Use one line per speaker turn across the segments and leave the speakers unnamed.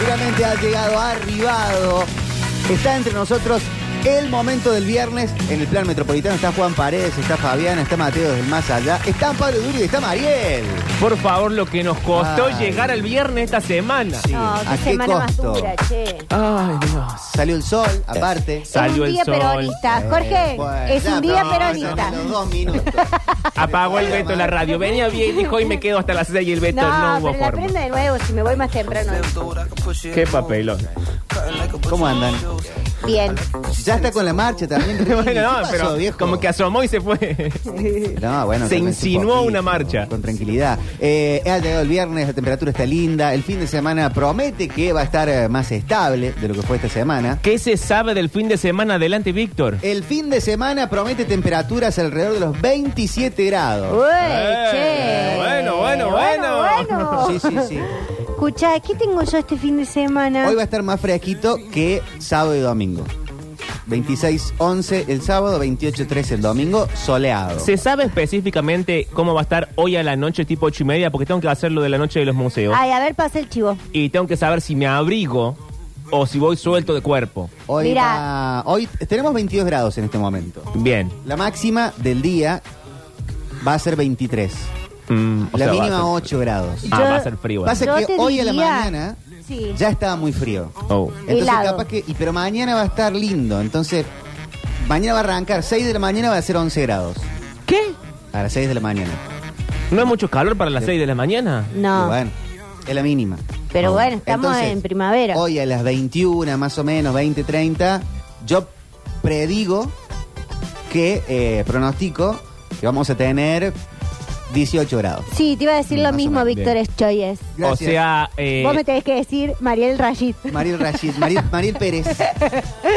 finalmente ha llegado, ha arribado. Está entre nosotros el momento del viernes en el plan metropolitano. Está Juan Paredes, está Fabián, está Mateo del Más Allá, está Pablo Duri, está Mariel.
Por favor, lo que nos costó
Ay.
llegar al viernes esta semana.
Sí,
No, qué
¿A qué
semana más
costo?
dura, che.
Ay, Dios.
Salió el sol, aparte.
es
Salió
un
el
día
sol.
peronista. Jorge,
Eh, bueno,
es
ya,
un día
no,
peronista.
ya los dos minutos.
Apagó el veto la radio. Venía bien, dijo, y me quedo hasta las 6 y el veto no,
No,
hubo
pero la prenda
forma.
de nuevo si me voy más temprano.
Qué papelón.
¿Cómo andan?
Bien.
Ya está con la marcha también. ¿Qué
Bueno, no,
pasó,
pero
viejo?
como que asomó y se fue.
No, bueno,
Se
cálmense un
insinuó una marcha.
Con tranquilidad. Eh, ha llegado el viernes, la temperatura está linda. El fin de semana promete que va a estar eh, más estable de lo que fue esta semana.
¿Qué se sabe del fin de semana? Adelante, Víctor.
El fin de semana promete temperaturas alrededor de los 27 grados.
Uy,
Eh,
che.
bueno, bueno, bueno.
bueno.
Sí, sí, sí.
Escucha, ¿qué tengo yo este fin de semana?
Hoy va a estar más fresquito que sábado y domingo. 26, 11 el sábado, 28, 13 el domingo, soleado.
¿Se sabe específicamente cómo va a estar hoy a la noche, tipo ocho y media? Porque tengo que hacer lo de la noche de los museos.
Ay, a ver, pasa el chivo.
Y tengo que saber si me abrigo o si voy suelto de cuerpo.
Hoy,
Mirá.
va- hoy tenemos 22 grados en este momento.
Bien.
La máxima del día va a ser 23.
Mm, o
la
sea, va a
mínima
ser-
8 grados.
Ah,
Yo-
va a ser frío. bueno.
Pasa
Yo
que
te
hoy a la
diría-
mañana
Sí.
ya estaba muy frío.
Oh.
Entonces
Helado.
capaz que... y- pero mañana va a estar lindo. Entonces, mañana va a arrancar. 6 de la mañana va a ser 11 grados.
¿Qué?
A las 6 de la mañana.
¿No hay mucho calor para las 6 de la mañana?
Y
No.
bueno, es la mínima.
Ah. Pero bueno, estamos
Entonces,
en primavera.
Hoy a las 21 más o menos, 20, 30, yo predigo que, eh, pronostico que vamos a tener 18 grados.
Sí, te iba a decir
Mm, Más
lo
o
mismo,
menos,
Víctor
bien.
Eschoyes.
O
Gracias.
sea, eh,
Vos me tenés que decir Mariel Rayit.
Mariel Rashid, Mariel, Mariel Pérez.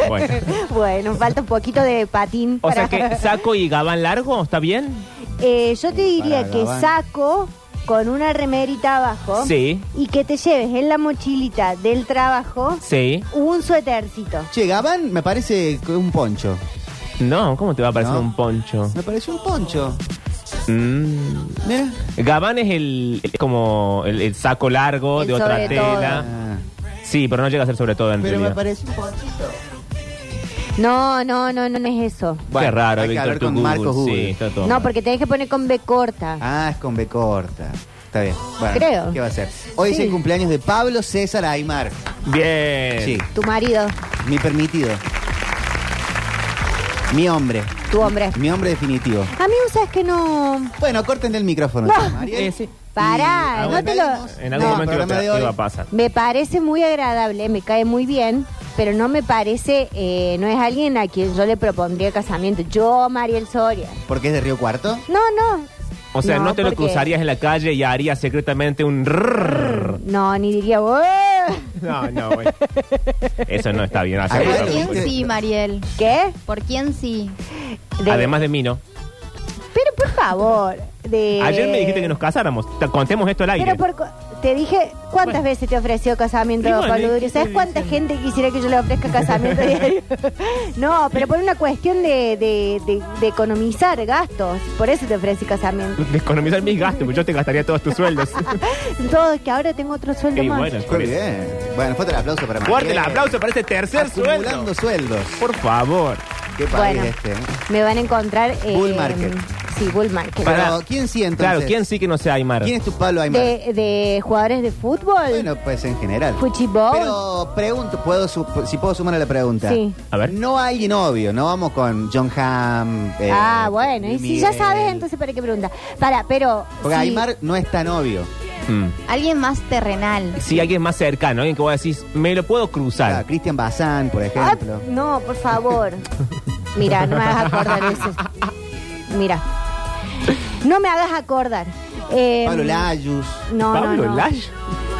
bueno.
bueno, falta un poquito de patín.
O sea
para-
que saco y gabán largo, ¿está bien?
Eh, yo te diría
Para
que
Gabán.
saco con una remerita abajo
Sí.
y que te lleves en la mochilita del trabajo
Sí.
un suétercito.
Che, Gabán me parece que un poncho.
No, ¿cómo te va a parecer
No.
un poncho?
Me parece un poncho.
Mm.
Mira.
Gabán es el, el- como el, el saco largo
El
de otra
sobre todo.
tela.
Ah,
Sí, pero no llega a ser sobre todo en
pero me
realidad.
parece un ponchito.
No, no, no, no, no es eso.
Bueno,
Qué raro,
hay que
Víctor
hablar con
Tucur,
Marcos Google.
Sí, está todo
No,
mal.
porque tenés que poner con B corta.
Ah, es con B corta. Está bien. Bueno,
Creo.
¿Qué va a ser? Hoy es
Sí.
el cumpleaños de Pablo César Aymar.
Bien.
Sí,
Tu marido,
mi permitido. Mi hombre.
tu hombre.
Mi hombre definitivo.
A mí usas que no...
Bueno, corten el micrófono.
No.
che, Mariel.
Eh, sí.
Pará,
Y
no te lo...
despedimos.
En algún
No,
momento
programa
iba a-
de hoy.
iba a pasar.
Me parece muy agradable, me cae muy bien, pero no me parece, eh, no es alguien a quien yo le propondría casamiento. Yo, Mariel Soria.
Porque es de Río Cuarto.
No, no.
O sea, no, te lo
porque-
cruzarías en la calle y harías secretamente un... rrrr.
No, ni diría... "Ué".
No, no, bueno. Eso no está bien. hacer
Además,
¿Por
eso.
quién sí, Mariel?
¿Qué?
¿Por quién sí?
De-
Además de mí, ¿no?
Pero por favor. De...
Ayer me dijiste que nos casáramos. Te- Contemos esto al aire.
Eh. Pero por co- te dije, ¿cuántas veces te ofreció casamiento,
Y bueno,
Pablo Durio?
¿qué
¿Sabes
estoy
cuánta gente quisiera que yo le ofrezca casamiento diario? no, pero por una cuestión de, de- de- de economizar gastos. Por eso te ofrecí casamiento.
De economizar mis gastos, porque yo te gastaría todos tus sueldos.
Todo que ahora tengo otro sueldo
y
más.
bueno,
Muy bien. Bueno, fuerte el aplauso para Mariel.
Fuerte el aplauso para este tercer
Acumulando
sueldo.
sueldos.
Por favor.
Qué país
Bueno.
este. ¿eh?
Me van a encontrar... eh,
Bull market.
Sí, Bull Market.
Para-
Pero, ¿quién sí entonces?
Claro, ¿quién sí que no sea Aymar?
¿Quién es tu Pablo Aymar?
De, de jugadores de fútbol.
Bueno, pues en general.
Fuchibol.
Pero pregunto, puedo su- si puedo sumar a la pregunta.
Sí.
A ver.
No hay alguien obvio, no vamos con John Hamm. eh,
ah, bueno, y si ya
Miguel.
sabes, entonces para qué pregunta. Para, pero.
Porque
sí,
Aymar no es tan obvio.
Mm.
Alguien más terrenal.
Si alguien más cercano, alguien que vos decís, me lo puedo
Ah,
cruzar.
Cristian Bazán, por
ah,
ejemplo.
no, por favor. Mira, no me hagas acordar eso. Mira. No me hagas acordar. Eh,
Pablo Layus.
No,
Pablo
no, no.
Lash.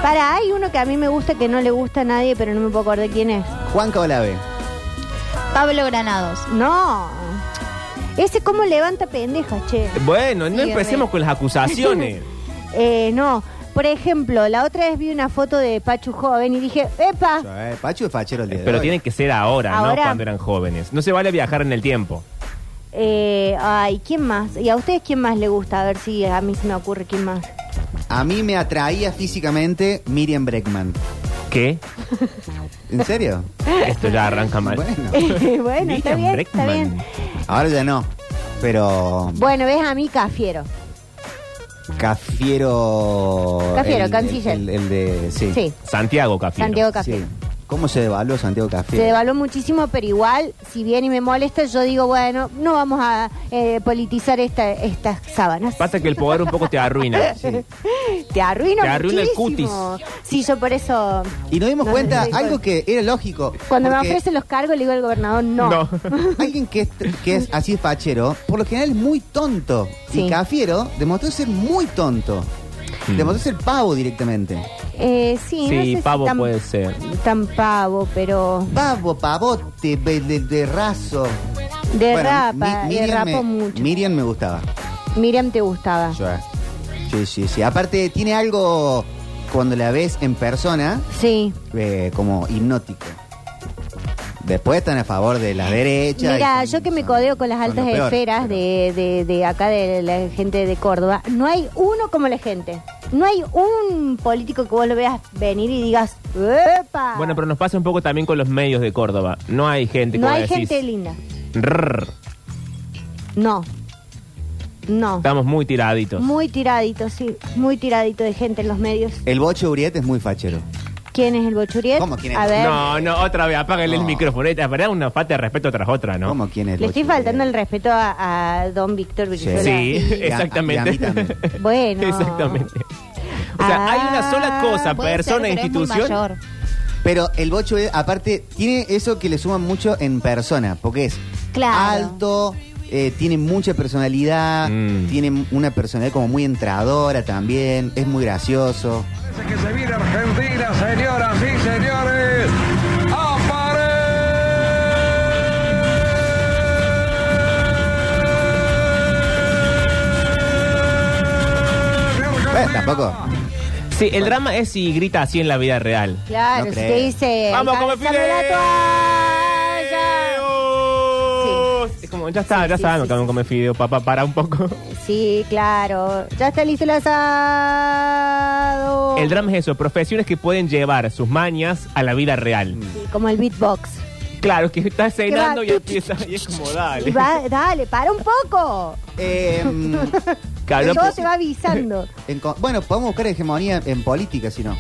Para, hay uno que a mí me gusta que no le gusta a nadie, pero no me puedo acordar quién es.
Juan Cabalave.
Pablo Granados.
No. Ese cómo levanta pendejas, che.
Bueno, no
Sí,
empecemos
re.
con las acusaciones.
Eh, no. Por ejemplo, la otra vez vi una foto de Pachu joven y dije, ¡epa!
Eh, Pachu es fachero el día de
Pero
hoy.
tiene que ser ahora,
Ahora.
no cuando eran jóvenes. No se vale viajar en el tiempo.
Eh, ay, ¿quién más? ¿Y a ustedes quién más le gusta? A ver si a mí se me ocurre quién más.
A mí me atraía físicamente Miriam Breckman.
¿Qué?
¿En serio?
Esto ya arranca mal.
Bueno,
bueno, está
Miriam
bien, está
Breckman.
bien.
ahora ya no. Pero
Bueno, ves a mí cafiero.
Cafiero.
Cafiero,
el- el-
canciller.
El, el de. Sí.
Sí,
Santiago Cafiero.
Santiago Cafiero.
Sí. ¿Cómo se devaluó Santiago Cafiero?
Se devaluó muchísimo, pero igual, si bien y me molesta, yo digo, bueno, no vamos a eh, politizar esta, estas sábanas.
Pasa que el poder un poco te arruina.
Te arruino
Te arruina el
muchísimo. Sí, yo por eso,
Y nos dimos
No,
cuenta
no, no, no.
algo que era lógico.
cuando me
porque
ofrecen los cargos, le digo al gobernador, no.
Alguien que es, que es así fachero, por lo general es muy tonto.
Sí.
Y Cafiero demostró ser muy tonto.
Mm.
Demostró ser pavo directamente.
Eh, sí, no
Sí,
sé si
pavo
tan-
puede ser.
Tan pavo, pero
Pavo, pavote, be- de, de raso.
derrapa,
Mi-
derrapa
me,
eh, mucho.
Miriam me gustaba.
Miriam te gustaba.
Yo, eh. Sí, sí, sí. Aparte, tiene algo cuando la ves en persona
Sí.
eh, como hipnótico. Después están a favor de las derechas.
Mira,
y son-
yo que me
son-
codeo con las
son
altas
lo peor,
esferas
pero-
de, de- de acá de la gente de Córdoba, no hay uno como la gente. No hay un político que vos lo veas venir y digas, ¡epa!
Bueno, pero nos pasa un poco también con los medios de Córdoba. No hay gente
no
como
hay
decís,
gente linda.
"Rrr",
No. No.
Estamos muy tiraditos.
Muy tiradito, sí. Muy tiradito de gente en los medios.
El boche Uriet es muy fachero.
¿Quién es el Bochuriet?
¿Cómo quién es?
A ver.
No, no, otra vez, apágale
No.
el micrófono. Es verdad, una falta de respeto tras otra, ¿no?
¿Cómo quién es? el
Le estoy
Boche
faltando el
Uriet?
respeto a, a don Víctor Brizuela.
Sí,
Y a-
exactamente.
y a mí también.
Bueno. Ah,
Exactamente. O sea, hay una sola cosa,
Puede
persona,
ser, pero es muy
institución.
mayor.
Pero el bocho Uriet, aparte, tiene eso que le suman mucho en persona, porque es
Claro.
alto, eh, tiene mucha personalidad,
Mm.
tiene una personalidad como muy entradora también, es muy gracioso.
que se viene Argentina, señoras y señores. ¡Aparece!
Eh, tampoco.
Sí, el drama es si grita así en la vida real.
Claro,
No
si te
creo.
dice.
¡Vamos, come
"Lánzame la toalla".
fideos! Es como, ya está,
Sí,
ya
sí,
sabemos
sí,
que vamos a comer fideos, papá, para un poco.
Sí, claro. Ya está listo el asado.
El drama es eso, profesiones que pueden llevar sus mañas a la vida real.
Sí, como el beatbox.
Claro, que estás cenando
va,
y
tu-
empieza, y es como, dale.
Y va- dale, para un poco.
Eh,
Claro,
Todo
pues,
te va avisando.
en co- bueno, podemos buscar hegemonía en política, si no.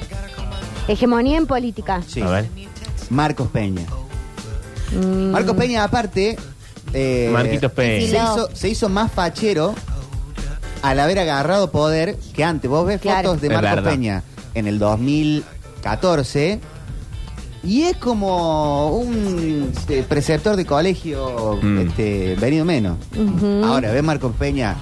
Hegemonía en política.
Sí.
A ver.
Marcos Peña. Marcos Peña, aparte. eh,
Marquitos Peña.
Se hizo, se hizo más fachero al haber agarrado poder que antes. Vos ves
Claro.
fotos de
Es
Marcos
verdad.
Peña en el 2014 y es como un este, preceptor de colegio
Mm.
este, venido menos.
Ujú.
Ahora, ves Marcos Peña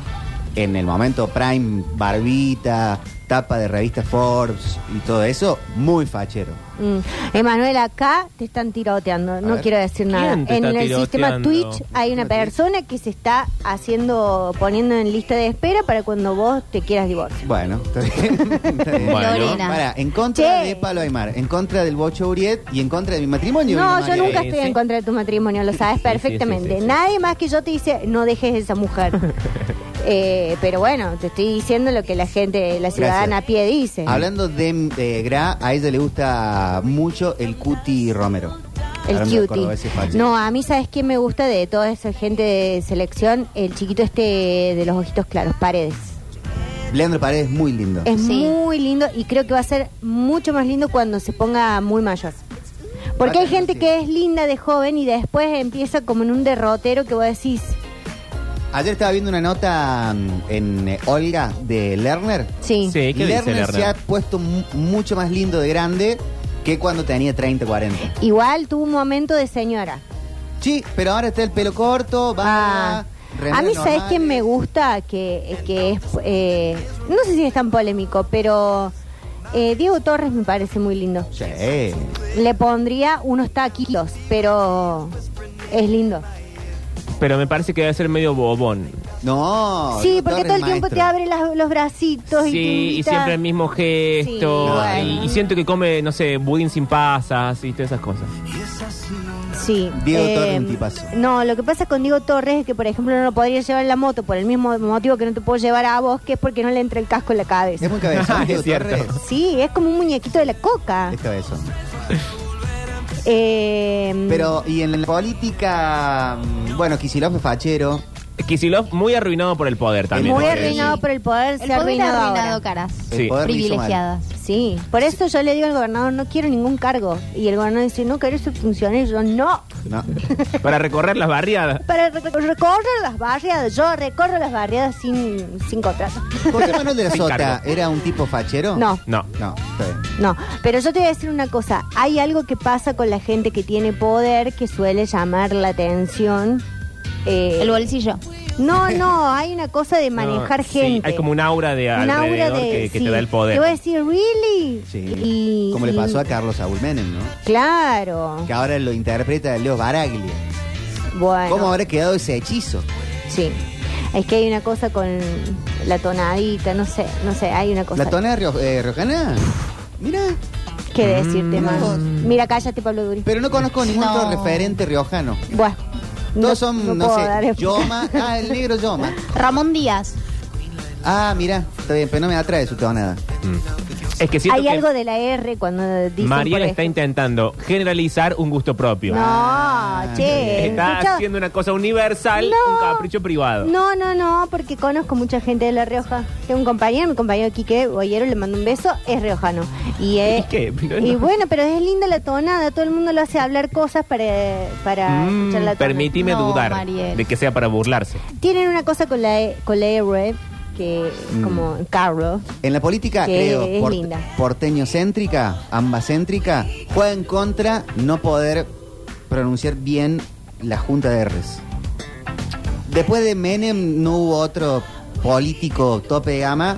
en el momento prime, barbita, tapa de revista Forbes y todo eso, muy fachero.
Mm. Emanuel, acá te están tiroteando. No
ver.
quiero decir nada.
¿Quién te
En
está
el sistema
tiroteando?
Twitch hay una persona que se está haciendo, poniendo en lista de espera para cuando vos te quieras divorciar.
Bueno, está bien. Está bien.
Bueno.
Lorena.
Pará, en contra
Che.
de Palo Aymar, en contra del Bocho Uriet y en contra de mi matrimonio.
No,
Vilma
yo
María.
nunca
Sí,
estoy
sí.
en contra de tu matrimonio, lo sabes
Sí, sí,
perfectamente.
sí, sí, sí.
Nadie más que yo te dice, no dejes esa mujer. Eh, pero bueno, te estoy diciendo lo que la gente, la ciudadana a pie dice.
Hablando de, eh, Gra, a ella le gusta mucho el Cuti Romero.
El
Hablando de
cutie.
cordobeses fachos.
No, a mí, ¿sabes qué me gusta de toda esa gente de selección? El chiquito este de los ojitos claros, Paredes.
Leandro Paredes es muy lindo.
Es
Sí.
muy lindo y creo que va a ser mucho más lindo cuando se ponga muy mayor. Porque hay
Bastante,
gente
sí.
que es linda de joven y después empieza como en un derrotero que vos decís,
Ayer estaba viendo una nota mm, en eh, Olga de Lerner.
sí.
Sí, ¿qué dice
Lerner se ha
Lerner?
puesto mu- mucho más lindo de grande que cuando tenía 30, 40.
Igual tuvo un momento de señora.
Sí, pero ahora está el pelo corto, va. eh.
Ah. A mí, ¿sabes quién me gusta? Que, que es. eh, no sé si es tan polémico, pero. eh, Diego Torres me parece muy lindo.
Sí.
Le pondría unos taquitos, pero. Es lindo.
Pero me parece que debe ser medio bobón.
No. Oh,
sí,
Diego
porque
Torres
todo el
es
tiempo
maestro.
te abre las- los bracitos y. te
Sí, y
invita.
siempre el mismo gesto.
Sí,
y-
bueno.
y, siento que come, no sé, budín sin pasas y todas esas cosas.
Sí. eh,
Diego Torres, un tipazo.
No, lo que pasa con Diego Torres es que, por ejemplo, no lo podría llevar en la moto por el mismo motivo que no te puedo llevar a vos, que es porque no le entra el casco en la cabeza.
Es muy cabezón,
Ah,
Es
Diego
cierto.
Torres.
Sí, es como un muñequito de la coca.
Es cabezón.
Eh,
Pero, y en la política, mm, bueno, Kicillof es fachero.
Kisilov muy arruinado por el poder también.
muy
porque-
arruinado por el poder,
El
se ha
poder
arruinado,
ha
ahora.
arruinado caras
El
Sí.
poder le hizo mal.
privilegiadas.
Sí, por eso yo le digo al gobernador, no quiero ningún cargo. Y el gobernador dice, no, quiero ser funcionario. Yo, no.
No.
Para recorrer las barriadas.
Para recorrer las barriadas, yo recorro las barriadas sin, sin contrato.
José Manuel de la
Sin
Sota
cargo.
era un tipo fachero?
No.
No.
No, está bien.
No, pero yo te voy a decir una cosa, hay algo que pasa con la gente que tiene poder que suele llamar la atención. Eh,
El bolsillo.
no, no, hay una cosa de manejar
No, sí,
gente.
hay como un aura de
Un aura
alrededor que, que
sí.
te da el
Te voy a
poder.
decir, ¿really?
Sí.
Y-
Como le pasó a Carlos Saúl Menem, ¿no?
Claro.
Que ahora lo interpreta Leo Baraglia.
Bueno.
¿Cómo habrá quedado ese hechizo?
Sí. Es que hay una cosa con la tonadita, no sé, no sé, hay una cosa.
¿La tona de Rio- eh, Riojana? Mira,
¿Qué decirte más?
Mm.
Mira, cállate, Pablo Duri.
pero no conozco ningún
No.
otro referente riojano.
Bueno.
Todos son, no,
puedo
sé,
dar-
Yoma. Ah, el negro Yoma.
Ramón Díaz.
Ah, mira, está bien, pero no me atrae su tonada.
Mm. Es que siento
Hay
que
algo de la R cuando dicen.
Mariela
por
está
ejemplo-
intentando generalizar un gusto propio.
No, che.
Está
escucha-
haciendo una cosa universal,
No.
un capricho privado.
No, no, no, porque conozco mucha gente de La Rioja. Tengo un compañero, mi compañero Quique Boyero, le mando un beso, es riojano. Y, es,
¿Y qué? Pero no.
y bueno, pero es linda la tonada, todo el mundo lo hace hablar cosas para, para
Mm,
escuchar la tonada.
permitime
No,
dudar
Mariel.
de que sea para burlarse.
Tienen una cosa con la, E- con la R, que es
Mm.
como carro.
En la política,
Que es
creo,
linda.
porteño céntrica, ambacéntrica, juega en contra no poder pronunciar bien la junta de R's. Después de Menem no hubo otro político tope de gama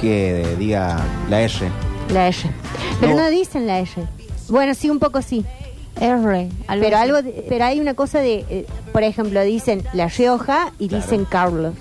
que diga la R.
La E R. Pero
No.
no. dicen la E R. Bueno, sí, un poco sí.
R.
pero algo de- pero hay una cosa de, eh, por ejemplo, dicen La Rioja y
Claro.
dicen Carlos.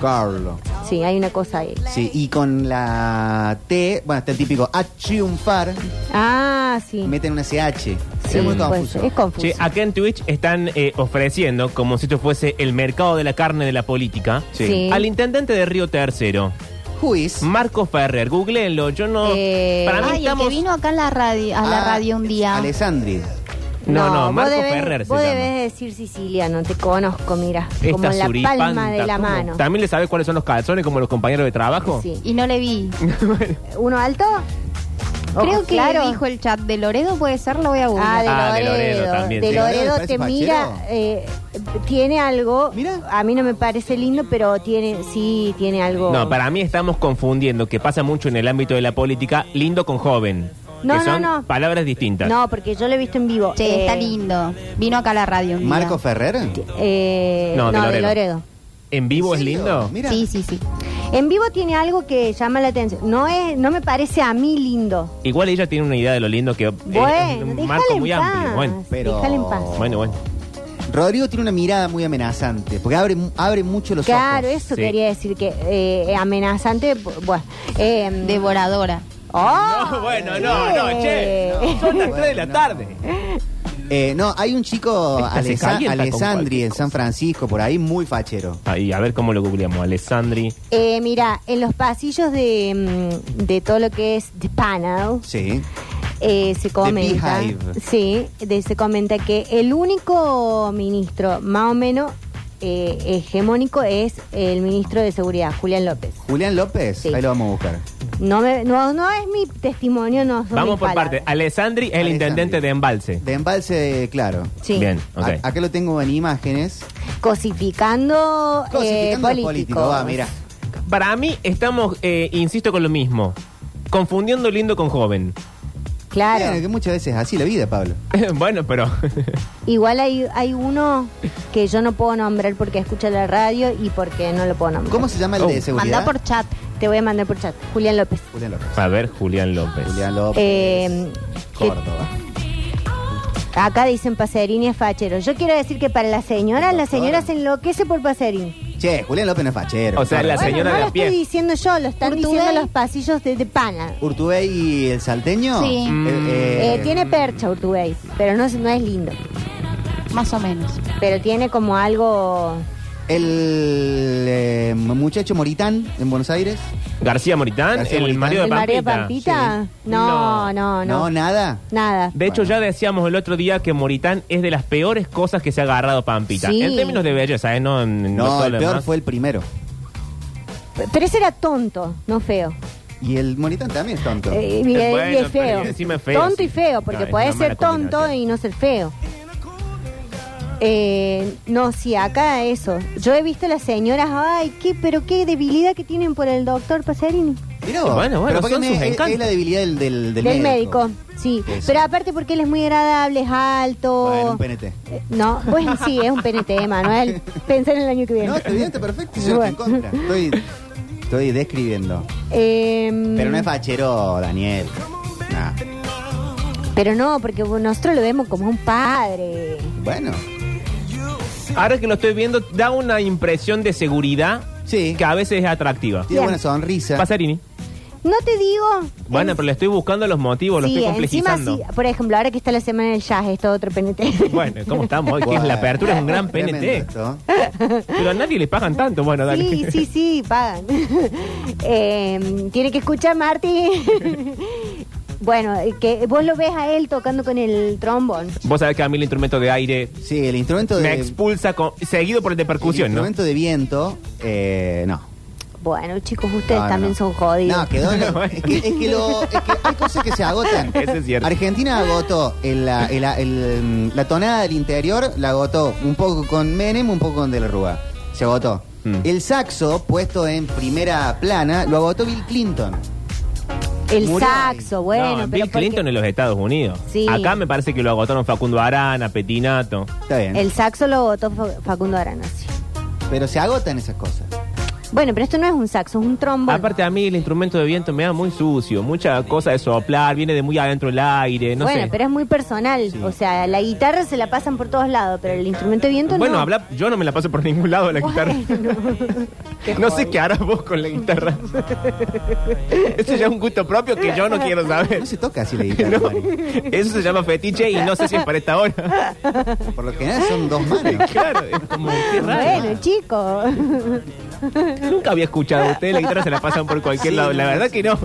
Carlos.
Sí, hay una cosa ahí.
Sí, y con la T, bueno, está el típico a triunfar,
Ah, sí.
meten una CH.
Sí,
es muy
puede
confuso.
ser. Es confuso.
Che, ah, acá en Twitch están eh, ofreciendo, como si esto fuese el mercado de la carne de la política,
Sí. Sí.
al intendente de Río Tercero,
Juiz.
Marco Ferrer. Googleenlo, yo no.
Eh,
para mí
Ay,
estamos.
el que vino acá a la radio, a la
Ah,
radio un día.
Alessandri.
No, no,
vos
Marco
debés-
Ferrer se
Vos
llama.
debes decir siciliano, te conozco, mira.
Esta
como en la
suripanta,
palma de la
¿cómo?
mano.
¿También le sabes cuáles son los calzones como los compañeros de trabajo?
Sí.
Y no le vi.
¿Uno alto?
Creo
Ojos
que
claros.
dijo el chat de Loredo, puede ser, lo voy a
Ah,
buscar.
de
Ah, de
Loredo.
Loredo también,
De
sí.
Loredo
¿Loredo le
te
parece
mira,
fachero?
eh, tiene algo.
Mira.
A mí no me parece lindo, pero tiene, sí, tiene algo.
No, para mí estamos confundiendo, que pasa mucho en el ámbito de la política, lindo con joven.
No,
que
no,
son
no.
palabras distintas.
No, porque yo lo he visto en vivo.
Che,
Eh,
está lindo. Vino acá a la radio un día.
Marco Ferrer.
eh,
No,
no,
de
de
Loredo.
Loredo.
¿En vivo es
¿En serio?
lindo?
Mira.
Sí, sí, sí.
En vivo tiene algo que llama la atención. No es, no me parece a mí lindo.
Igual ella tiene una idea de lo lindo que eh, es
Bueno,
un
déjala
marco
en
muy
paz.
amplio. Bueno,
Pero-
Déjala en paz.
bueno, bueno.
Rodrigo tiene una mirada muy amenazante, porque abre, abre mucho los
Claro,
ojos.
eso
Sí.
quería decir que eh, amenazante. bu- Bueno, eh,
Devoradora.
¡Oh!
No, bueno, no, no, che.
Eh,
Son las
Bueno,
3 de la
no.
tarde.
Eh, no, hay un chico,
Esta se
Alesa-
calienta con
Alessandri,
cualquier
en San Francisco, por ahí, muy fachero.
Ahí, a ver cómo lo googleamos. Alessandri.
eh, mira, en los pasillos de, mm, de todo lo que es The Panel,
Sí.
eh, se comenta.
Beehive.
Sí, de- se comenta que el único ministro, más o menos, eh, hegemónico es el ministro de Seguridad, Julián López.
Julián López,
Sí.
ahí lo vamos a buscar.
No, me- no, no es mi testimonio, no son
Vamos
mis
por
palabras.
parte. Alessandri es el
Alessandri.
intendente de Embalse.
De embalse, claro.
Sí.
Bien, ok.
A- acá lo tengo en imágenes.
Eh,
Cosificando, eh,
Cosificando a los
políticos.
políticos, va, mira.
Para mí estamos, eh, insisto, con lo mismo. Confundiendo lindo con joven.
Claro.
Bueno, que muchas veces es así la vida, Pablo.
bueno, pero...
Igual hay, hay uno que yo no puedo nombrar porque escucha la radio y porque no lo puedo nombrar.
¿Cómo se llama el
Oh.
de seguridad?
Mandá por chat.
Te voy a mandar por chat. Julián López.
Julián López.
a ver, Julián López.
Julián López.
Eh, que-
Córdoba.
acá dicen Paserini es fachero. Yo quiero decir que para la señora, la señora se enloquece por Paserini.
Che, Julián López no es fachero.
O sea, la
Córdoba.
señora-
bueno,
de
no
a
lo
pie.
estoy diciendo yo, lo están
Urtubey.
diciendo los pasillos de, de pana.
Urtubey y el salteño.
Sí.
Mm.
Eh, eh,
Eh, tiene percha Urtubey, pero no, es- no es lindo.
más o menos.
Pero tiene como algo.
El eh, muchacho Moritán en Buenos Aires.
García Moritán,
García
el
Moritán.
marido de
¿El
Pampita.
María Pampita? No,
Sí.
no, no,
No, nada.
Nada.
De hecho,
Bueno.
ya decíamos el otro día que Moritán es de las peores cosas que se ha agarrado Pampita.
Sí.
En términos de belleza, ¿eh? No, en- en
No,
todo
el
lo
peor
demás.
fue el primero.
Pero ese era tonto, no feo.
Y el Moritán también es tonto.
Eh, y,
Eh,
y
bueno,
es feo.
pero encima es feo,
Tonto
sí.
y feo, porque
No, es
podés
una mala
ser tonto
combinación.
y no ser feo. Eh, no, sí, acá eso. Yo he visto a las señoras, ay, qué, pero qué debilidad que tienen por el doctor Pasarini.
Mirá vos.
Bueno, bueno,
Pero porque
son sus
es- es,
encantos.
es la debilidad del, del, del
Del médico, sí.
Eso.
Pero aparte porque él es muy agradable, es alto.
Bueno, un PNT.
Eh, No, bueno, sí, es un PNT, Manuel. Pensar en el año que viene.
No, está bien, está perfecto. Yo no estoy en
Bueno.
contra. Estoy, estoy describiendo.
Em,
Pero no es fachero, Daniel. Nah.
pero no, porque nosotros lo vemos como un padre.
Bueno,
Ahora que lo estoy viendo, da una impresión de seguridad
sí.
que a veces es atractiva.
Tiene
Bien.
buena sonrisa.
Pasarini.
No te digo.
Bueno, pero le estoy buscando los motivos, lo
Sí,
estoy
encima
complejizando.
sí. Por ejemplo, ahora que está la semana del jazz, esto otro PNT.
Bueno, ¿cómo estamos? hoy? ¿Qué es
Bueno,
la apertura? Es un gran
tremendo
PNT.
esto.
Pero a nadie le pagan tanto. Bueno, dale.
Sí, sí, sí, pagan. Em, tiene que escuchar Martín. bueno, que vos lo ves a él tocando con el trombón.
Vos sabés que a mí el instrumento de aire
Sí, el instrumento de.
me expulsa con- seguido por el de
el
percusión, ¿no?
instrumento de viento, eh, no.
Bueno, chicos, ustedes
No, no,
también
no.
son jodidos.
No, quedó. es, que, es que lo- es que hay cosas que se agotan.
Eso es cierto.
Argentina agotó el- la- el- el- la tonada del interior, la agotó un poco con Menem, un poco con De la Rúa. Se agotó.
Mm.
El saxo, puesto en primera plana, lo agotó Bill Clinton.
El
Murió.
saxo, bueno,
No,
pero
Bill
porque-
Clinton en los Estados Unidos.
Sí.
Acá me parece que lo agotaron Facundo Arana, Petinato.
Está bien.
el saxo lo votó Fa- Facundo Arana. sí.
Pero se agotan esas cosas.
Bueno, pero esto no es un saxo, es un trombón.
Aparte a mí el instrumento de viento me da muy sucio, mucha cosa de soplar, viene de muy adentro el aire, no
bueno,
sé.
pero es muy personal.
Sí.
O sea, la guitarra se la pasan por todos lados, pero el instrumento de viento
bueno,
no.
habla, yo no me la paso por ningún lado de la guitarra. no sé qué harás vos con la guitarra. Eso ya es un gusto propio que yo no quiero saber.
No se toca así la guitarra,
No,
Mari.
eso se llama fetiche y no sé si es para esta hora.
Por lo general son dos manos.
Claro, es como qué raro.
Bueno, chicos.
Nunca había escuchado. Ustedes la guitarra se la pasan por cualquier
Sí,
lado. La
no,
verdad
sí.
que no.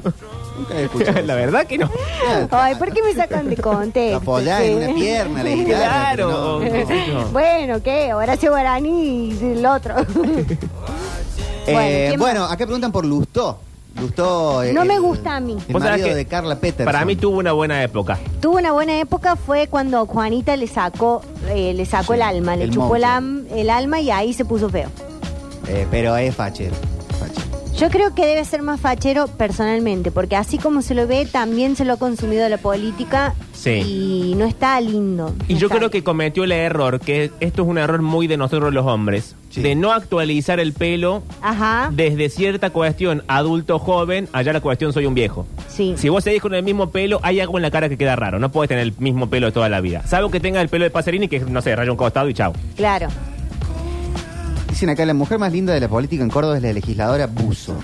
Nunca he escuchado.
La verdad que no.
Ay, ¿por qué me sacan de contexto?
Apoyá en una pierna la guitarra.
Claro. o
pero no,
qué
no.
sé yo.
Bueno, ¿qué? Horacio Guarani y el otro.
Eh,
¿quién
bueno, acá preguntan por Lustó. Lustó. eh,
No
el-
me gusta a mí.
El
Vos sabés
marido
que
de Carla Peterson.
Para mí tuvo una buena época.
Tuvo una buena época, fue cuando Juanita le sacó eh, le sacó
Sí,
el alma, le
el
chupó el,
monstruo.
am- el alma y ahí se puso feo.
Eh, pero es fachero. fachero.
Yo creo que debe ser más fachero personalmente, porque así como se lo ve, también se lo ha consumido la política
Sí.
y no está lindo.
Y
No
yo
está
creo que
lindo.
cometió el error, que esto es un error muy de nosotros los hombres,
Sí.
de no actualizar el pelo
Ajá,
desde cierta cuestión adulto joven, allá la cuestión soy un viejo.
sí.
Si vos seguís con el mismo pelo, hay algo en la cara que queda raro. No puedes tener el mismo pelo toda la vida. Salvo que tenga el pelo de Pasarini que, no sé, raya un costado y chao.
Claro.
Dicen acá, la mujer más linda de la política en Córdoba es la legisladora Buzo.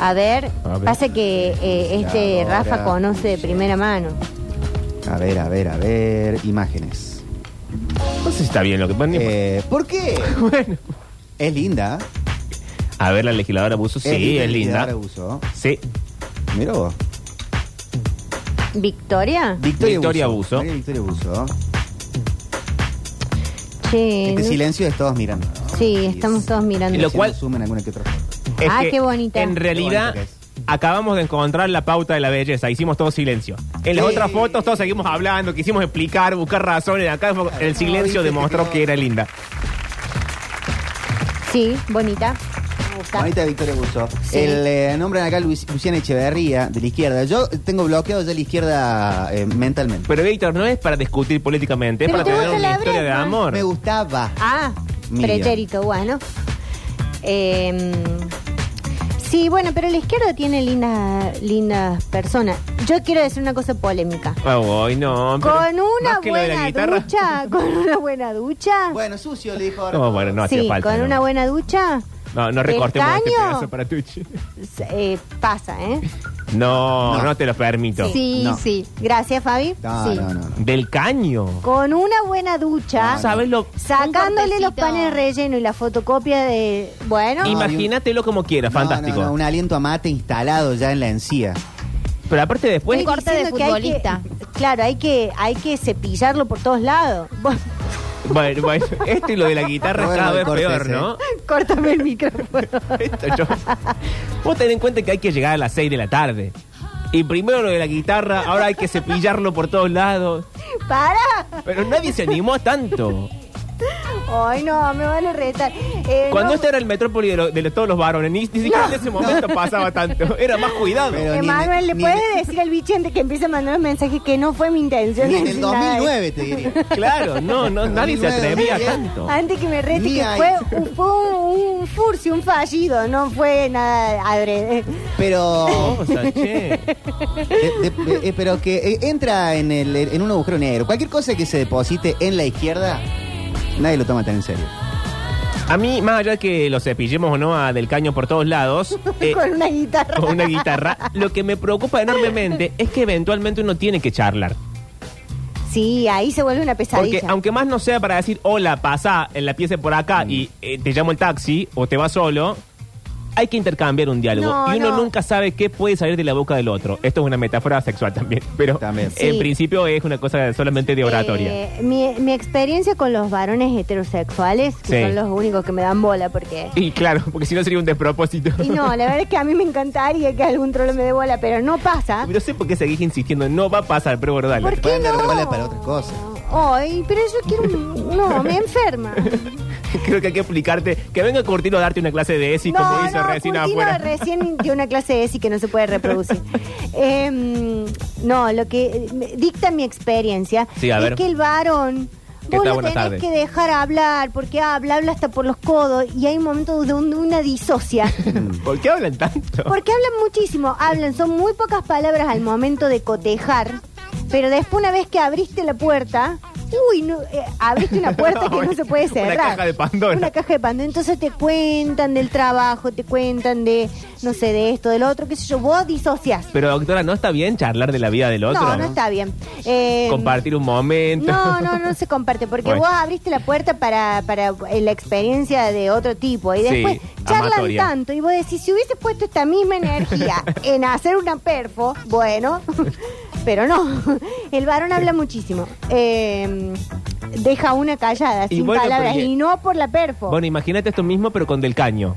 A ver.
A ver,
A ver.
pasa que eh, este
Ahora,
Rafa conoce de primera mano.
A ver, a ver, a ver. Imágenes.
No sé si está bien lo que ponen.
Eh, ¿Por qué?
bueno.
Es linda.
A ver, la legisladora Buzo, sí,
la
es linda.
legisladora Buzo.
Sí.
Mirá vos.
¿Victoria?
Victoria,
Victoria
Buzo.
Buzo.
María Victoria Buzo.
Che,
Este
Eh, no-
silencio es todos mirando.
Sí, estamos todos mirando.
Y lo
Haciendo
cual-
zoom en alguna que otra foto.
Es
Ah,
que,
qué bonita.
En
Qué
realidad,
bonita que es.
acabamos de encontrar la pauta de la belleza. Hicimos todo silencio. En las
Sí.
otras fotos, todos seguimos hablando, quisimos explicar, buscar razones. Acá el silencio
viste, te
demostró
quedó-
que era linda.
Sí, bonita. Me gusta.
Bonita Victoria Buzo.
Sí.
El, eh, nombran acá Luis- Luciana Echeverría, de la izquierda. Yo tengo bloqueado ya la izquierda eh, mentalmente.
Pero Víctor, no es para discutir políticamente, es para
Pero te
tener
gusta
una
la
historia de
broma.
amor.
Me gustaba.
Ah,
Miriam.
prechérito, bueno. Eh, sí, bueno, pero la izquierda tiene lindas lindas personas. Yo quiero decir una cosa polémica.
Ah, voy, no. pero
Con una
más que lo de la
buena
guitarra.
ducha, con una buena ducha.
Bueno, sucio le dijo ahora.
No, bueno, no hacía
sí,
falta.
con
no.
una buena ducha
No, no recortemos este
¿Estaño?
pedazo para Twitch.
eh, pasa, ¿eh?
No, no,
No.
te lo permito.
Sí,
No.
sí.
Gracias, Fabi.
No,
Sí.
no, no, no.
Del caño.
Con una buena ducha,
Ah.
No sabes lo.
sacándole
Un
los
cortecito.
panes rellenos y la fotocopia de. Bueno,
Ima-
Imagínatelo como quieras,
No,
fantástico.
no, no, un aliento a mate instalado ya en la encía.
Pero aparte después.
Un corte
diciendo
de
que hay que-
futbolista.
claro, hay que, hay que cepillarlo por todos lados. Bueno,
Bueno, bueno, esto y lo de la guitarra es
Bueno,
cada vez
cortes,
peor,
eh.
¿no?
córtame el micrófono.
Esto yo- Vos tenés en cuenta que hay que llegar a las 6 de la tarde. Y primero lo de la guitarra, ahora hay que cepillarlo por todos lados.
¡Para!
Pero nadie se animó a tanto.
Ay, no, me van a retar. Eh,
Cuando
no,
este era el metrópoli de, lo- de lo- todos los varones, ni, ni siquiera en ese momento pasaba tanto. Era más cuidado.
Pero- ni
Emanuel,
en
¿le
el- ni
puedes
en el-
decir al bichente que empiece a mandar un mensaje que no fue mi intención?
Ni en el
decir nada de-
2009 te diría.
Claro, no, no, nadie se
2009,
atrevía a
2010.
tanto.
Antes que me rete,
Ni
que
ahí.
fue, un- fue un, un furcio, un fallido, no fue nada adrede.
Pero,
Cosa, che.
de- de- eh, pero que eh, entra en, el, en un agujero negro. Cualquier cosa que se deposite en la izquierda, nadie lo toma tan en serio.
A mí, más allá de que lo cepillemos o no a Del Caño por todos lados, eh,
con una guitarra.
con una guitarra, lo que me preocupa enormemente es que eventualmente uno tiene que charlar.
Sí, ahí se vuelve una
Porque
pesadilla.
aunque más no sea para decir, hola, pasá en la pieza por acá y eh, te llamo el taxi o te vas solo, hay que intercambiar un diálogo.
No,
y uno
no.
nunca sabe qué puede salir de la boca del otro. Esto es una metáfora sexual también, pero
También.
en
Sí.
principio es una cosa solamente de oratoria.
Eh, mi, mi experiencia con los varones heterosexuales, que
Sí.
son los únicos que me dan bola, porque...
Y claro, porque si no sería un despropósito.
Y no, la verdad es que a mí me encantaría que algún trolo me dé bola, pero no pasa.
No sé por qué seguís insistiendo, no va a pasar, pero bueno, dale.
¿Por qué
pueden dar
no?
bola para otra cosa.
Ay, pero yo quiero... un- No, me enferma.
Creo que hay que explicarte. Que venga Curtino a darte una clase de ESI,
no,
como hizo
no,
recién
Curtino
afuera.
recién dio una clase de ESI que no se puede reproducir. Em, no, lo que eh, me- dicta mi experiencia
Sí, a
es
ver.
que el varón...
¿Qué
Vos
tal?
lo
Buenas
tenés
tardes.
que dejar hablar, porque habla, habla hasta por los codos, y hay un momento donde una disocia.
¿Por qué hablan tanto?
Porque hablan muchísimo, hablan, son muy pocas palabras al momento de cotejar, pero después una vez que abriste la puerta, uy, no, eh, abriste una puerta que no se puede
Una
cerrar.
caja de Pandora.
Una caja de Pandora. Entonces te cuentan del trabajo, te cuentan de, no sé, de esto, del otro, qué sé yo, vos disocias.
Pero doctora, ¿no está bien charlar de la vida del otro?
no, no está bien. Eh,
Compartir un momento.
no, no, no se comparte, porque
Bueno.
vos abriste la puerta para, para eh, la experiencia de otro tipo y
Sí,
después charlan
amatoria.
tanto y vos decís, si hubiese puesto esta misma energía en hacer una perfo, bueno, pero no, el varón habla muchísimo. Eh, deja una callada,
Y
sin
bueno,
palabras,
porque-
y no por la perfo. Bueno,
Bueno, imagínate esto mismo, pero con del caño.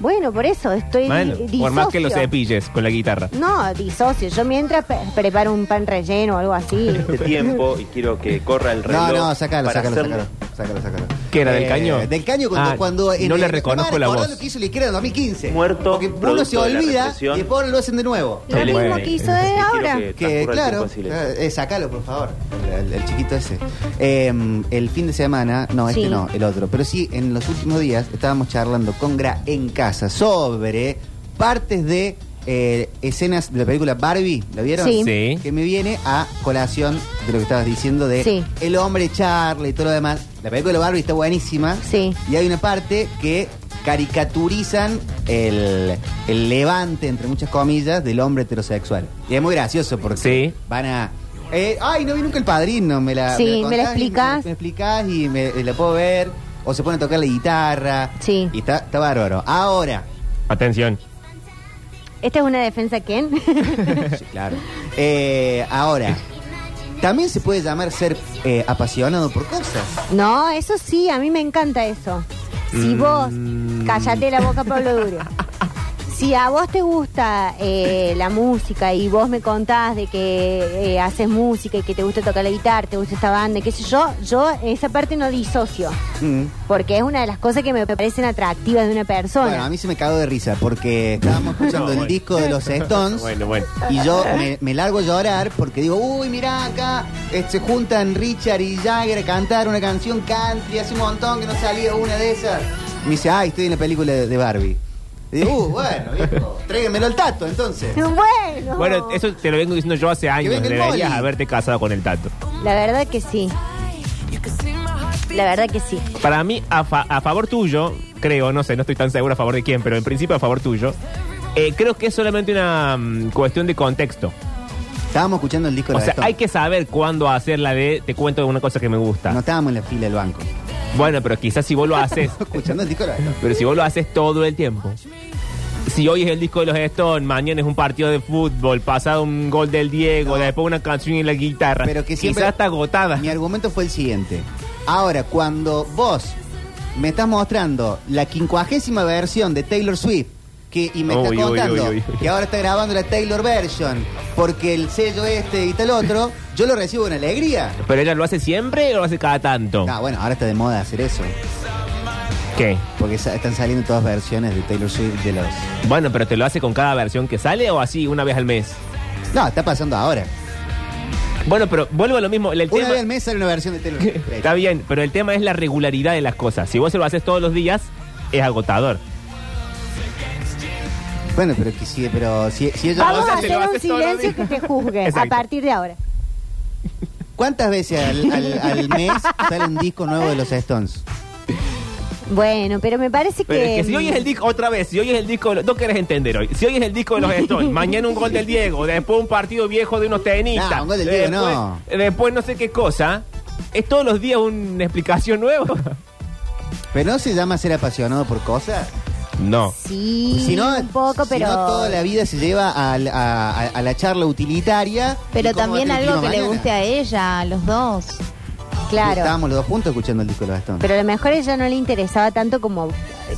por eso estoy
Bueno,
di-
por más que lo
disocio.
cepilles con la guitarra.
No, disocio. Yo mientras pe- preparo un pan relleno o algo así.
este tiempo y quiero que corra el reloj.
No, no, sácalo,
para
sácalo,
hacer-
sácalo, sácalo, sácalo.
¿Qué era, del
Eh,
caño?
Del caño cuando...
Ah,
cuando
no le
el-
reconozco la
recordá
voz.
lo que hizo la izquierda en 2015.
Muerto,
Porque uno
producto
se
de la
olvida y
represión.
después lo hacen de nuevo.
Lo
Bueno.
mismo que hizo de
Quiero
ahora.
que transcurra
Que
el tiempo
claro,
en silencio.
claro, eh, sacalo por favor, el, el- el chiquito ese. Eh, el fin de semana, no,
Sí.
este no, el otro, pero sí, en los últimos días estábamos charlando con Gra en casa sobre partes de eh, escenas de la película Barbie, ¿la vieron?
Sí.
Sí.
Que me viene a colación de lo que estabas diciendo de
Sí.
el hombre charla y todo lo demás. La película Barbie está buenísima.
Sí.
Y hay una parte que caricaturizan el, el levante, entre muchas comillas, del hombre heterosexual. Y es muy gracioso porque
Sí.
van a... eh, ay, no vi nunca el padrino, me la...
Sí, me
contás y
la explicás.
Me, me explicás y me, eh, la puedo ver. O se pone a tocar la guitarra.
Sí.
Y está, está bárbaro. Ahora,
Atención.
Esta es una defensa, ¿quién?
sí, claro. Eh, ahora, también se puede llamar ser eh, apasionado por cosas.
No, eso sí, a mí me encanta eso.
Mm.
Si vos, callate la boca, Pablo Duro. Si a vos te gusta eh, la música y vos me contás de que eh, haces música y que te gusta tocar la guitarra, te gusta esta banda, y qué sé yo, yo esa parte no disocio,
Mm.
porque es una de las cosas que me parecen atractivas de una persona.
Bueno, a mí se me cagó de risa porque estábamos escuchando
No,
el
bueno.
disco de los Stones
Bueno, bueno.
y yo me, me largo a llorar porque digo, uy, mirá acá, eh, se juntan Richard y Jagger a cantar una canción country, hace un montón que no salía una de esas. Me dice, ay, estoy en la película de, de Barbie. Y digo, uh, bueno, viejo, tráigamelo al tato entonces.
Bueno,
Bueno, eso te lo vengo diciendo yo hace años.
venga el
Deberías
boli.
haberte casado con el tato.
la verdad que sí. La verdad que sí.
Para mí, a, fa- a favor tuyo, creo, no sé, no estoy tan seguro a favor de quién, pero en principio a favor tuyo, Eh, creo que es solamente una mm, cuestión de contexto.
Estábamos escuchando el disco de
O sea,
Gastón.
hay que saber cuándo hacer la de te cuento una cosa que me gusta.
No estábamos en la fila del banco.
Bueno, pero quizás si vos lo haces,
Escuchando el disco de Gastón.
pero si vos lo haces todo el tiempo. Si hoy es el disco de los Stones, mañana es un partido de fútbol, pasado un gol del Diego, después una canción y la guitarra.
Pero que siempre-
quizás está agotada.
Mi argumento fue el siguiente. Ahora, cuando vos me estás mostrando la quincuagésima versión de Taylor Swift, que, y me
Uy, uy,
estás contando
uy, uy, uy.
que ahora está grabando la Taylor version, porque el sello este y tal otro, yo lo recibo con alegría.
Pero ella lo hace siempre o lo hace cada tanto.
Ah, bueno, ahora está de moda hacer eso,
¿Qué?
porque sa- están saliendo todas versiones de Taylor Swift de los...
Bueno, pero te lo hace con cada versión que sale o así una vez al mes.
No, está pasando ahora.
Bueno, pero vuelvo a lo mismo. El
Una
tema-
vez al mes sale una versión de Taylor Swift.
Está bien, pero el tema es la regularidad de las cosas. Si vos se lo haces todos los días, es agotador.
Bueno, pero que sí, pero si, si ella...
Vamos
o sea,
a
te lo
hacer un
haces todos los
silencio que
días.
te juzgue a
Exacto.
partir de ahora.
¿Cuántas veces al, al- al mes sale un disco nuevo de los Stones?
Bueno, pero me parece
Pero
que.
es que
Em.
si hoy es el disco, otra vez, si hoy es el disco, de los- no querés entender hoy. Si hoy es el disco de los Stones, mañana un gol del Diego, después un partido viejo de unos tenistas.
Nah, un gol del Diego,
después,
no.
Después no sé qué cosa. Es todos los días una explicación nueva.
Pero no se llama ser apasionado por cosas.
No.
Sí,
si no,
un poco,
si
pero.
no, toda la vida se lleva al- a, a- a la charla utilitaria. ¿Y
Pero
cómo
también
va a ser el
algo que
clima
le
mañana?
guste a ella, a los dos.
Claro.
Estábamos los dos juntos escuchando el disco de los Stones.
Pero a lo mejor a ella no le interesaba tanto como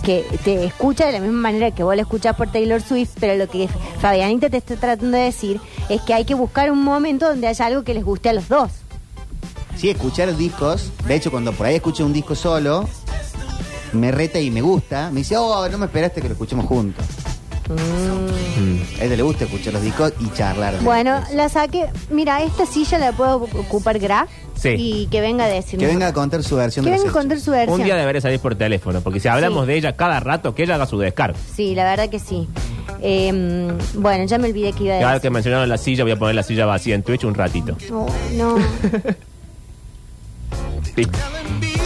que te escucha de la misma manera que vos la escuchás por Taylor Swift, pero lo que Fabianita te está tratando de decir es que hay que buscar un momento donde haya algo que les guste a los dos.
Sí, escuchar discos. De hecho, cuando por ahí escucho un disco solo, me reta y me gusta. Me dice, oh, no me esperaste que lo escuchemos juntos. A ella le gusta escuchar los discos y charlar. de
Mm. Bueno,
eso.
la saqué. Mira, esta silla la puedo ocupar Graf
Sí.
y que venga a decirnos.
que venga a contar su versión
Que
de los
venga a
hechos.
contar su versión.
Un día debería salir por teléfono, porque si hablamos
Sí.
de ella cada rato, que ella haga su descargo.
Sí, la verdad que sí. Eh, bueno, ya me olvidé que iba a
Cada vez
decir.
que mencionaron la silla, voy a poner la silla vacía en Twitch un ratito.
No, no.
Sí.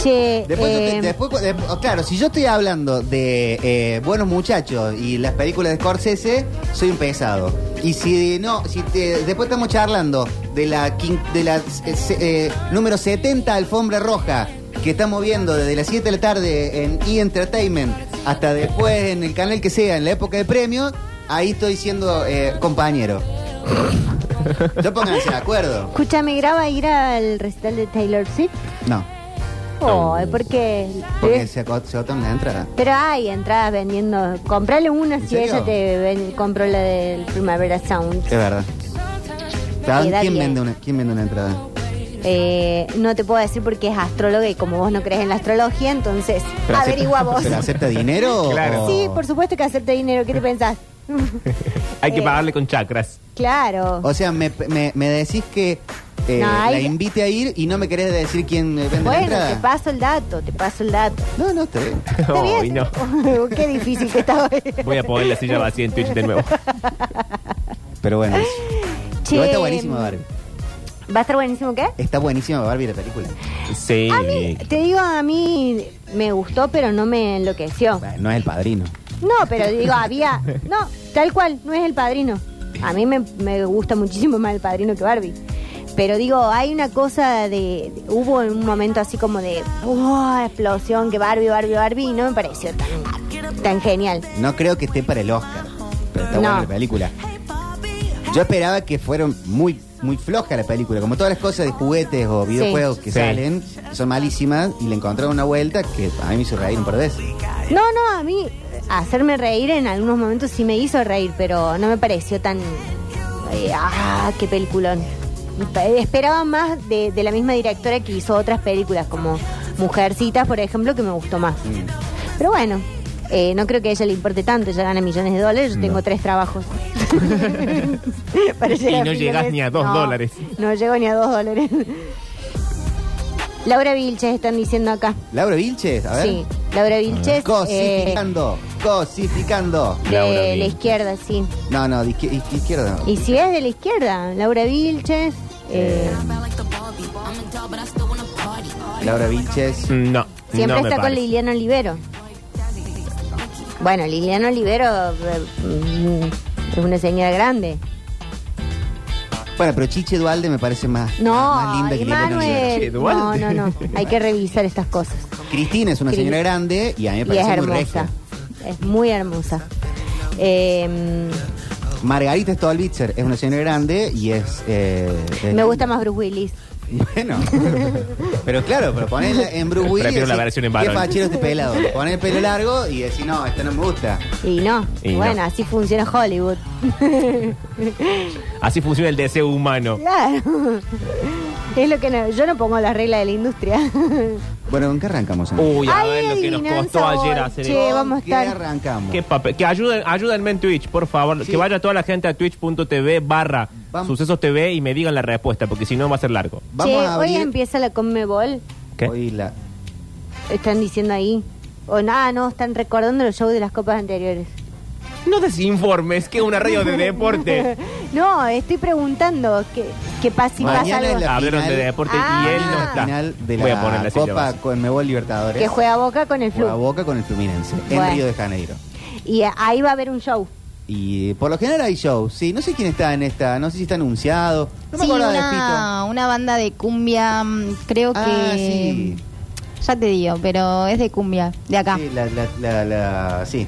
che,
Después,
eh,
usted- después- después- oh, claro, si yo estoy hablando de eh, buenos muchachos y las películas de Scorsese, soy un pesado. Y si no, si te- después estamos charlando de la quin- de la eh, se- eh, número 70 alfombra roja que estamos viendo desde las 7 de la tarde en E Entertainment hasta después en el canal que sea, en la época de premios, ahí estoy siendo eh, compañero. Yo pónganse de acuerdo.
escúchame, graba ir al recital de Taylor Swift.
No,
Oh, porque.
porque
eh,
se acot- se agotan la entrada.
Pero hay entradas vendiendo. Comprale una
¿En
si
serio?
ella te ven- compró la del Primavera
Es
Sound.
verdad. Pero,
Queda
¿quién,
bien.
vende una, ¿Quién vende una entrada?
Eh, no te puedo decir porque es astróloga y como vos no crees en la astrología, entonces
Pero acepta-
averigua vos.
¿Pero acepta dinero? o-
Claro.
Sí, por supuesto que acepta dinero. ¿Qué te pensás?
Hay que
Eh.
pagarle con chakras.
claro.
O sea, me, me- me decís que eh,
No, hay-
la invite a ir y no me querés decir quién eh, vende la
Bueno,
entrada.
te paso el dato, te paso el dato.
No, no, está bien.
¿Está
Ay,
bien?
no.
Qué difícil que estaba.
Voy a poner la silla vacía en Twitch de nuevo.
Pero bueno. eso.
Che,
Igual está buenísima Barbie.
¿Va a estar buenísimo qué?
Está buenísima Barbie la película.
Sí.
A mí, te digo, a mí me gustó, pero no me enloqueció.
Bueno, No es el padrino.
No, pero digo, había... No, tal cual, no es el padrino. A mí me, me gusta muchísimo más el padrino que Barbie. Pero digo, hay una cosa de... de- hubo un momento así como de... ¡Oh, explosión! Que Barbie, Barbie, Barbie. Y no me pareció tan, tan genial.
No creo que esté para el Oscar. Pero está
No.
buena la película. Yo esperaba que fueron muy muy floja la película, como todas las cosas de juguetes o videojuegos que
Sí.
salen, son malísimas y le encontraron una vuelta que a mí me hizo reír un par de veces.
No, no, a mí hacerme reír en algunos momentos sí me hizo reír, pero no me pareció tan... eh, ¡Ah, qué peliculón! Eh, Esperaba más de, de la misma directora que hizo otras películas, como Mujercitas, por ejemplo, que me gustó más.
Mm.
Pero bueno, eh, no creo que a ella le importe tanto, ella gana millones de dólares, yo tengo tres trabajos. Para llegar
Y no
fin de
llegás
mes.
ni a dos
No,
dólares.
No llego ni a dos dólares. Laura Vilches están diciendo acá.
Laura Vilches, a ver.
Sí, Laura Vilches. eh,
Cosificando, cosificando.
De
Laura Vilches.
la izquierda, sí.
No, no, de izquier- iz- izquierda. no.
Y si es de la izquierda, Laura Vilches. eh,
Laura Vilches.
No.
siempre
no me
está con
parece.
Liliana Olivero. Bueno, Liliana Olivero eh, mm, es una señora grande.
Bueno, pero Chiche Dualde me parece más,
No,
Ah, más linda que Liliana Olivero.
Che,
Emanuel. No,
Duarte.
no, no. Hay que revisar estas cosas.
Cristina es una
Cris-
señora grande y a mí me
Y
parece
es
muy
hermosa.
regia.
Es muy hermosa. Eh,
Margarita Stolbizer es una señora grande y es... eh, es-
me gusta más Bruce Willis.
Bueno, pero claro, pero ponela en Bruce Willis.
Prefiero
y
la
decís,
versión en
"Qué
varón".
fachero este pelado. Poné el pelo largo y decís, no, este no me gusta.
Y no.
Y
bueno,
no.
así funciona Hollywood.
Así funciona el deseo humano.
Claro. Es lo que no- yo no pongo las reglas de la industria.
Bueno, ¿con qué arrancamos? entonces?
Uy, a
Ay,
ver lo que nos
adivinanza
costó ayer
hoy,
hacer
che.
esto.
Eh, vamos a
¿Con qué
estar-
arrancamos?
Que, pape- que ayuden, ayúdenme en Twitch, por favor. Que vaya toda la gente a twitch.tv barra
Vamos.
sucesos TV y me digan la respuesta, porque si no va a ser largo.
Vamos
Che,
a
hoy
abrir...
empieza la Conmebol.
¿Qué?
Hoy la...
Están diciendo ahí. O nada, no, están recordando los shows de las copas anteriores.
No desinformes, que es una radio de deporte.
No, estoy preguntando que, que pasa si pasa
Mañana
algo.
es la
Hablaron
final-
de deporte
Ah.
y él no está.
final de
Voy a poner
la
las
Copa
sílabas.
Conmebol Libertadores.
Que juega Boca con el
Juega
Flu.
Boca con el Fluminense en
Bueno.
Río de Janeiro.
Y eh, ahí va a haber un show.
Y por lo general hay shows, sí. No sé quién está en esta, no sé si está anunciado. No me
sí,
acuerdo de Pito.
una, una banda de cumbia, mm, creo
Ah,
que...
sí.
Ya te digo, pero es de cumbia, de acá.
Sí, la, la, la, la- sí.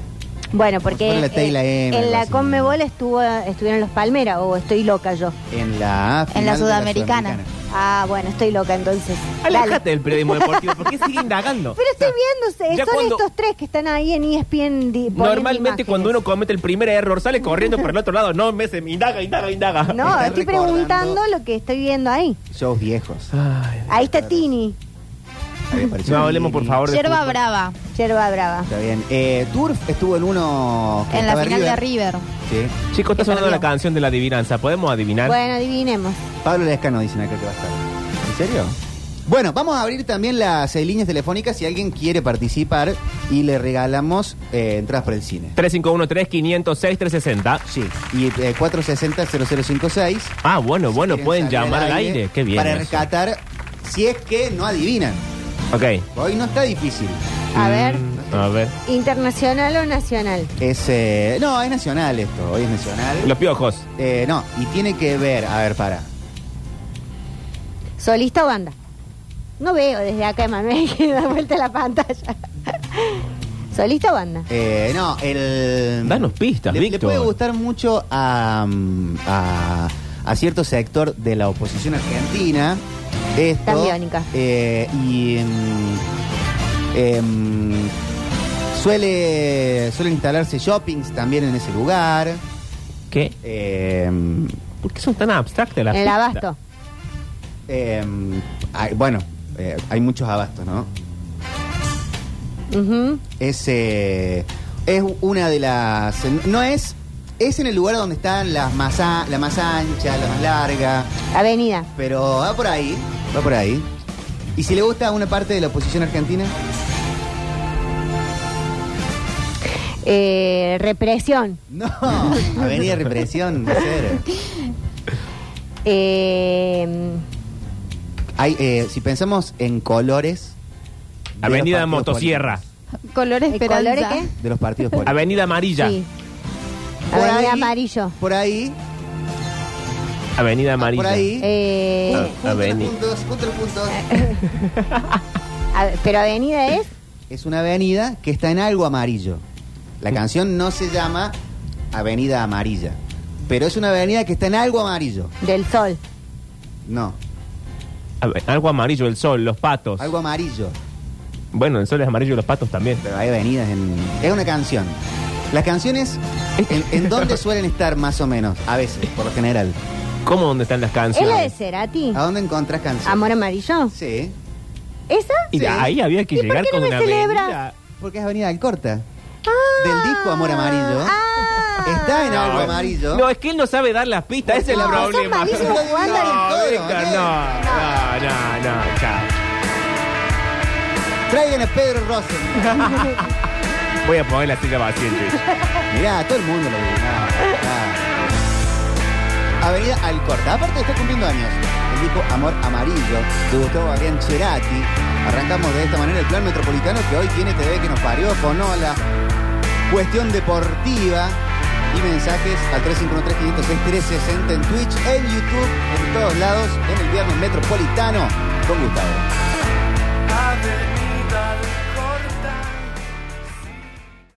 Bueno,
Como
porque
si fuera la Tela
eh,
M,
en
algo
la
así.
Conmebol estuvo, estuvieron los Palmeras, o estoy loca yo.
En la final
En la
de
Sudamericana.
Ah, bueno, estoy loca entonces. Dale.
Alejate del periodismo deportivo, ¿por qué sigue indagando?
Pero estoy viendo,
Ya
son
cuando-
estos tres que están ahí en E ESPN. di- poniendo
Normalmente
imágenes.
cuando uno comete el primer error sale corriendo para el otro lado. No, me se indaga, indaga, indaga.
No,
Está
estoy
recordando-
preguntando lo que estoy viendo ahí.
Shows viejos.
Ay,
Ahí está Tini,
Ahí apareció
no
un
hablemos por
mini.
favor de
Yerba
fútbol.
Brava,
Yerba Brava.
Está bien. Eh, Turf estuvo en uno. que
en la
estaba
final de River.
Sí.
Chicos, está
Que
sonando la
perdió.
canción de la adivinanza. ¿Podemos adivinar?
Bueno, adivinemos.
Pablo Lescano dicen acá que va a estar. ¿En serio? Bueno, vamos a abrir también las eh, líneas telefónicas si alguien quiere participar y le regalamos eh, entradas para el cine.
351-3506-360.
Sí, y eh, 460-0056.
Ah, bueno, bueno,
Si quieren
pueden
salir
llamar al aire. Qué bien.
Para
eso.
rescatar, si es que no adivinan.
Ok.
Hoy no está difícil.
A ver,
Mm, A ver.
internacional o nacional.
Es, eh, no, es nacional esto, hoy es nacional.
Los piojos.
Eh, no, y tiene que ver, a ver, para.
¿Solista o banda? No veo desde acá, Emanuel, que da vuelta la pantalla. ¿Solista o banda?
Eh, no, el...
Danos pistas,
le, le
Víctor.
puede gustar mucho a, mm, a, a cierto sector de la oposición argentina. Esto,
Tan biónica.
eh, y mm, em, suele suelen instalarse shoppings también en ese lugar.
¿Qué?
Em,
¿Por qué son tan abstractas las
En el
pistas?
abasto.
em, hay- bueno, eh, hay muchos abastos, ¿no?
Ujú.
Es, eh, es una de las. No es. Es en el lugar donde están las más, a- la más ancha, la más larga.
Avenida.
Pero va por ahí. Va por ahí. ¿Y si le gusta una parte de la oposición argentina?
Eh, represión.
No. Avenida Represión, no sé.
Eh,
Hay, eh, si pensamos en colores. de
Avenida
los partidos
Motosierra.
políticos-
Colores
¿El
Esperanza.
color es qué?
de los partidos políticos.
Avenida Amarilla.
sí.
Por
Avenida
ahí-
Amarillo.
Por ahí.
Avenida Amarilla.
Ah, Por ahí.
Eh,
Ah.
Junta los
Avenida.
puntos, junta los puntos.
a ver, pero Avenida es
es una avenida que está en algo amarillo. La canción no se llama Avenida Amarilla, pero es una avenida que está en algo amarillo.
del Sol.
No,
A ver, Algo amarillo, el sol, los patos.
algo amarillo,
Bueno, el sol es amarillo y los patos también.
pero hay avenidas en... Es una canción. Las canciones, ¿en, en dónde suelen estar más o menos? A veces, por lo general.
¿Cómo dónde están las
¿Es la de Ah,
canciones?
Cerati?
¿A dónde encontrás canciones?
¿Amor amarillo?
Sí,
¿Esa?
Y de ahí había que
¿Y por
llegar
qué no
con
me
una
celebras?
avenida.
porque es Avenida Alcorta. Del disco Amor Amarillo.
Ah.
Está en
No,
algo
eh,
amarillo.
No, es que él no sabe dar las pistas, ese es el
No, son
problema.
malísimos jugando al
no,
entorno,
Víctor,
¿eh?
no, no, no, no, ya.
Traigan a Pedro Rosen.
Voy a poner la silla vacía en Twitch.
Mirá, todo el mundo lo adivinaba. Ah. Avenida Alcorta. Aparte está cumpliendo años. El disco Amor Amarillo de Gustavo Adrián Cerati. Arrancamos de esta manera el plan metropolitano que hoy tiene TV que nos parió con Ola. cuestión deportiva y mensajes al 353-506-360 en Twitch, en YouTube, en todos lados, en el viernes metropolitano con Gustavo.
I've been